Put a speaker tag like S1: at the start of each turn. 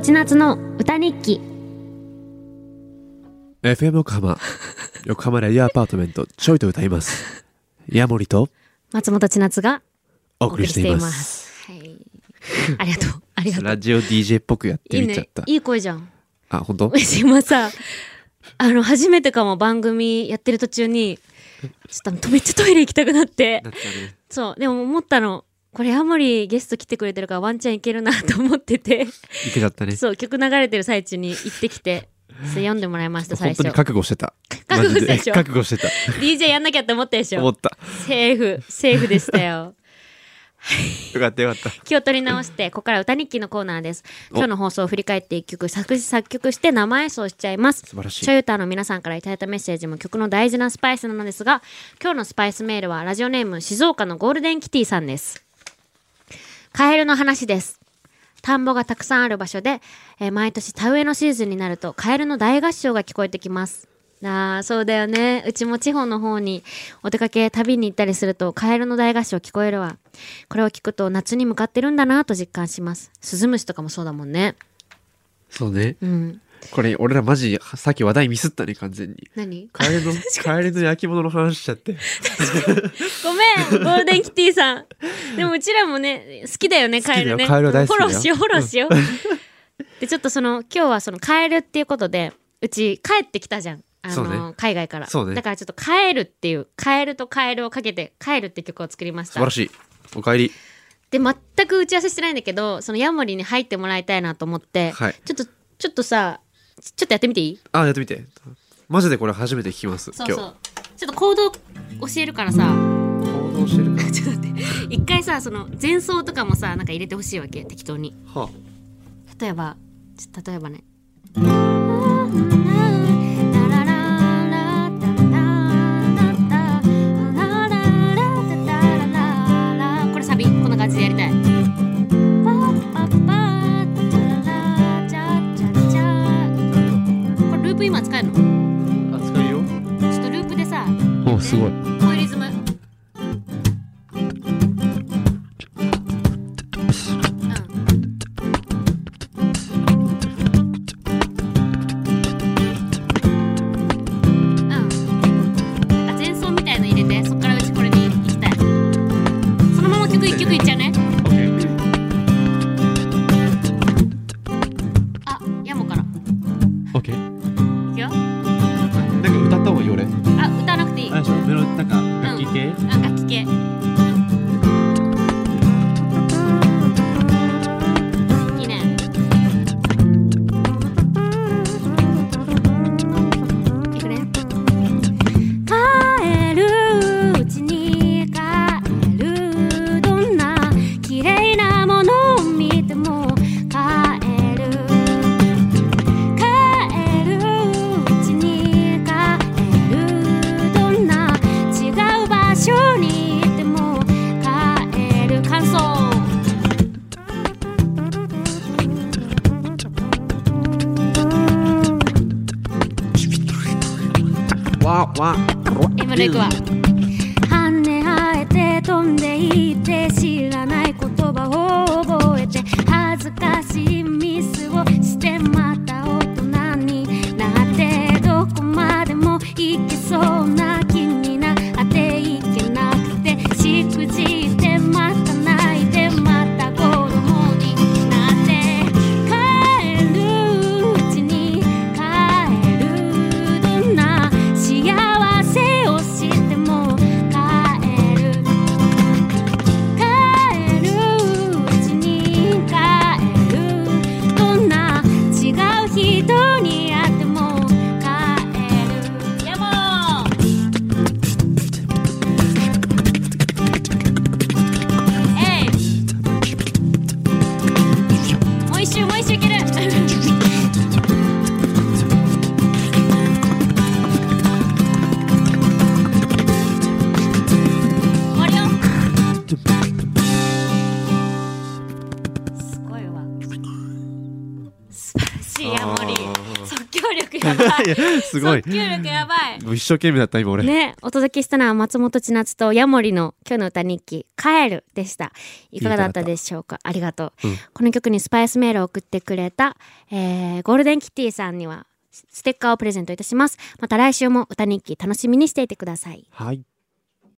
S1: ち夏の歌日記
S2: FM 横浜横浜レイヤーアパートメントちょいと歌いますヤモリと
S1: 松本千夏が
S2: お
S1: お
S2: 送
S1: 送
S2: り
S1: り
S2: し
S1: して
S2: てい
S1: い
S2: ま
S1: ますすはい、ありがとうありがとう
S2: ラジオ DJ っぽくやって
S1: いい
S2: みちゃっ
S1: ね
S2: た
S1: いい声じゃん
S2: あ本当
S1: 私今さあの初めてかも番組やってる途中にちょっとめっちゃトイレ行きたくなってそうでも思ったのこれヤモリゲスト来てくれてるからワンチャンいけるなと思ってて
S2: いけちゃったね
S1: そう曲流れてる最中に行ってきてそれ読んでもらいました最初
S2: 本当に覚悟してた
S1: 覚悟したでしょ
S2: マジ覚悟してた
S1: DJ やんなきゃって思ったでし
S2: 思
S1: ょ
S2: った
S1: セーフセーフでしたよ
S2: よかったよかった
S1: 気を取り直して、ここから歌日記のコーナーです。今日の放送を振り返って一曲、作詞作曲して生演奏しちゃいます。
S2: 素晴らしい
S1: チョユタの皆さんからいただいたメッセージも曲の大事なスパイスなのですが、今日のスパイスメールはラジオネーム静岡のゴールデンキティさんです。カエルの話です。田んぼがたくさんある場所で、えー毎年田植えのシーズンになるとカエルの大合唱が聞こえてきます。あーそうだよね。うちも地方の方にお出かけ旅に行ったりするとカエルの大合唱聞こえるわ。これを聞くと夏に向かってるんだなと実感します。スズムシとかもそうだもんね。
S2: そうね
S1: うん。
S2: これ俺らマジさっき話題ミスったね完全に
S1: 何
S2: カ エルのカエルの焼き物の話しちゃって
S1: ごめん、ゴールデンキティ さん。でもうちらもね、好きだよね、
S2: 好き
S1: カ
S2: だ
S1: エ
S2: よ
S1: ルね。
S2: カエルは大好きだよ
S1: フォローしよう、フォローしよう。 で、ちょっとその、今日はそのカエルっていうことで、うち帰ってきたじゃん。あ
S2: そう
S1: の、
S2: ね
S1: 海外から。
S2: そうね
S1: だからちょっと帰るっていう、カエルとカエルをかけて、帰るって曲を作りまし
S2: 素
S1: た
S2: 晴ら。しいおかえり
S1: で、全く打ち合わせしてないんだけど、そのヤモリに入ってもらいたいなと思って、
S2: はい
S1: ちょっと、ちょっとさ、ちちょっとやってみていい
S2: あやってみてマジでこれ初めて聞きます
S1: そ
S2: 今
S1: う
S2: 日
S1: そう。ちょっと行動教えるからさ。
S2: 行動してるか
S1: ちょっと待って一回さその前奏とかもさなんか入れてほしいわけ適当に
S2: はあ
S1: 例えばちょ例えばねこれサビこんな感じでやりたいこれループ今使えるのち
S2: 扱いよ
S1: ょっとループでさ
S2: おすごい
S1: こういうリズム。うんうんなんか前奏みたいの入れて、そっからうちこれに行きたい。そのまま曲一曲いっちゃうね。あ、ヤモから。
S2: オッケー
S1: いくよ。
S2: なんか歌った方がいい俺
S1: あ、歌わなくていい。
S2: あれでしょメロなんか楽器系、
S1: なんか聞け。いいね。いくね。帰るうちに帰るどんな綺麗なものを見ても帰る。帰るうちに帰るどんな違う場所にいても帰る感想
S2: わわ
S1: エムレイクは跳ね生えて飛んでいって知らない言葉を覚えて恥ずかしいミスをしてまた大人になってどこまでも行けそうな気になっていけなくてしくじってまた泣いてまた子供になって帰るうちに帰るどんな幸せをしても帰る帰るうちに帰るどんな違う人に会っても帰るやもー
S2: す ごい
S3: 速球力やばい
S2: もう一生懸命だった今俺、
S1: ね、お届けしたのは松本千夏とヤモリの今日の歌日記「帰る」でしたいかがだったでしょうかありがとう、
S2: うん
S1: この曲にスパイスメールを送ってくれた、えーゴールデンキティさんにはステッカーをプレゼントいたしますまた来週も歌日記楽しみにしていてください
S2: はい